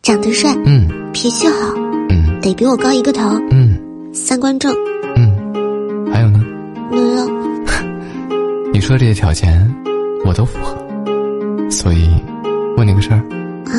长得帅，嗯脾气好，嗯得比我高一个头，嗯三观正，嗯，还有呢？没有，你说这些条件我都符合，所以问你个事儿，啊，